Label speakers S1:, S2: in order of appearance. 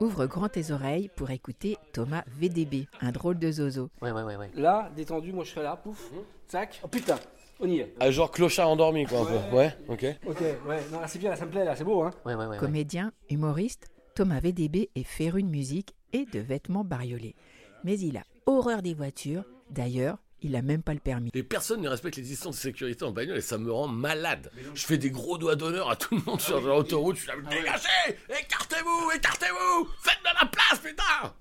S1: Ouvre grand tes oreilles pour écouter Thomas VDB, un drôle de zozo.
S2: Ouais, ouais, ouais, ouais.
S3: Là, détendu, moi je serai là, pouf, tac. Oh putain, on y est.
S4: Ah, genre clochard endormi, quoi, un peu. Ouais, ok.
S3: Ok, ouais, non, là c'est bien, là ça me plaît, là c'est beau, hein.
S2: Ouais, ouais, ouais, ouais.
S1: Comédien, humoriste, Thomas VDB est féru de musique et de vêtements bariolés. Mais il a horreur des voitures. D'ailleurs, il n'a même pas le permis.
S4: Et personne ne respecte les distances de sécurité en bagnole et ça me rend malade. Je fais des gros doigts d'honneur à tout le monde sur l'autoroute. Je suis là, dégagez Écartez-vous Écartez-vous Faites de la place, putain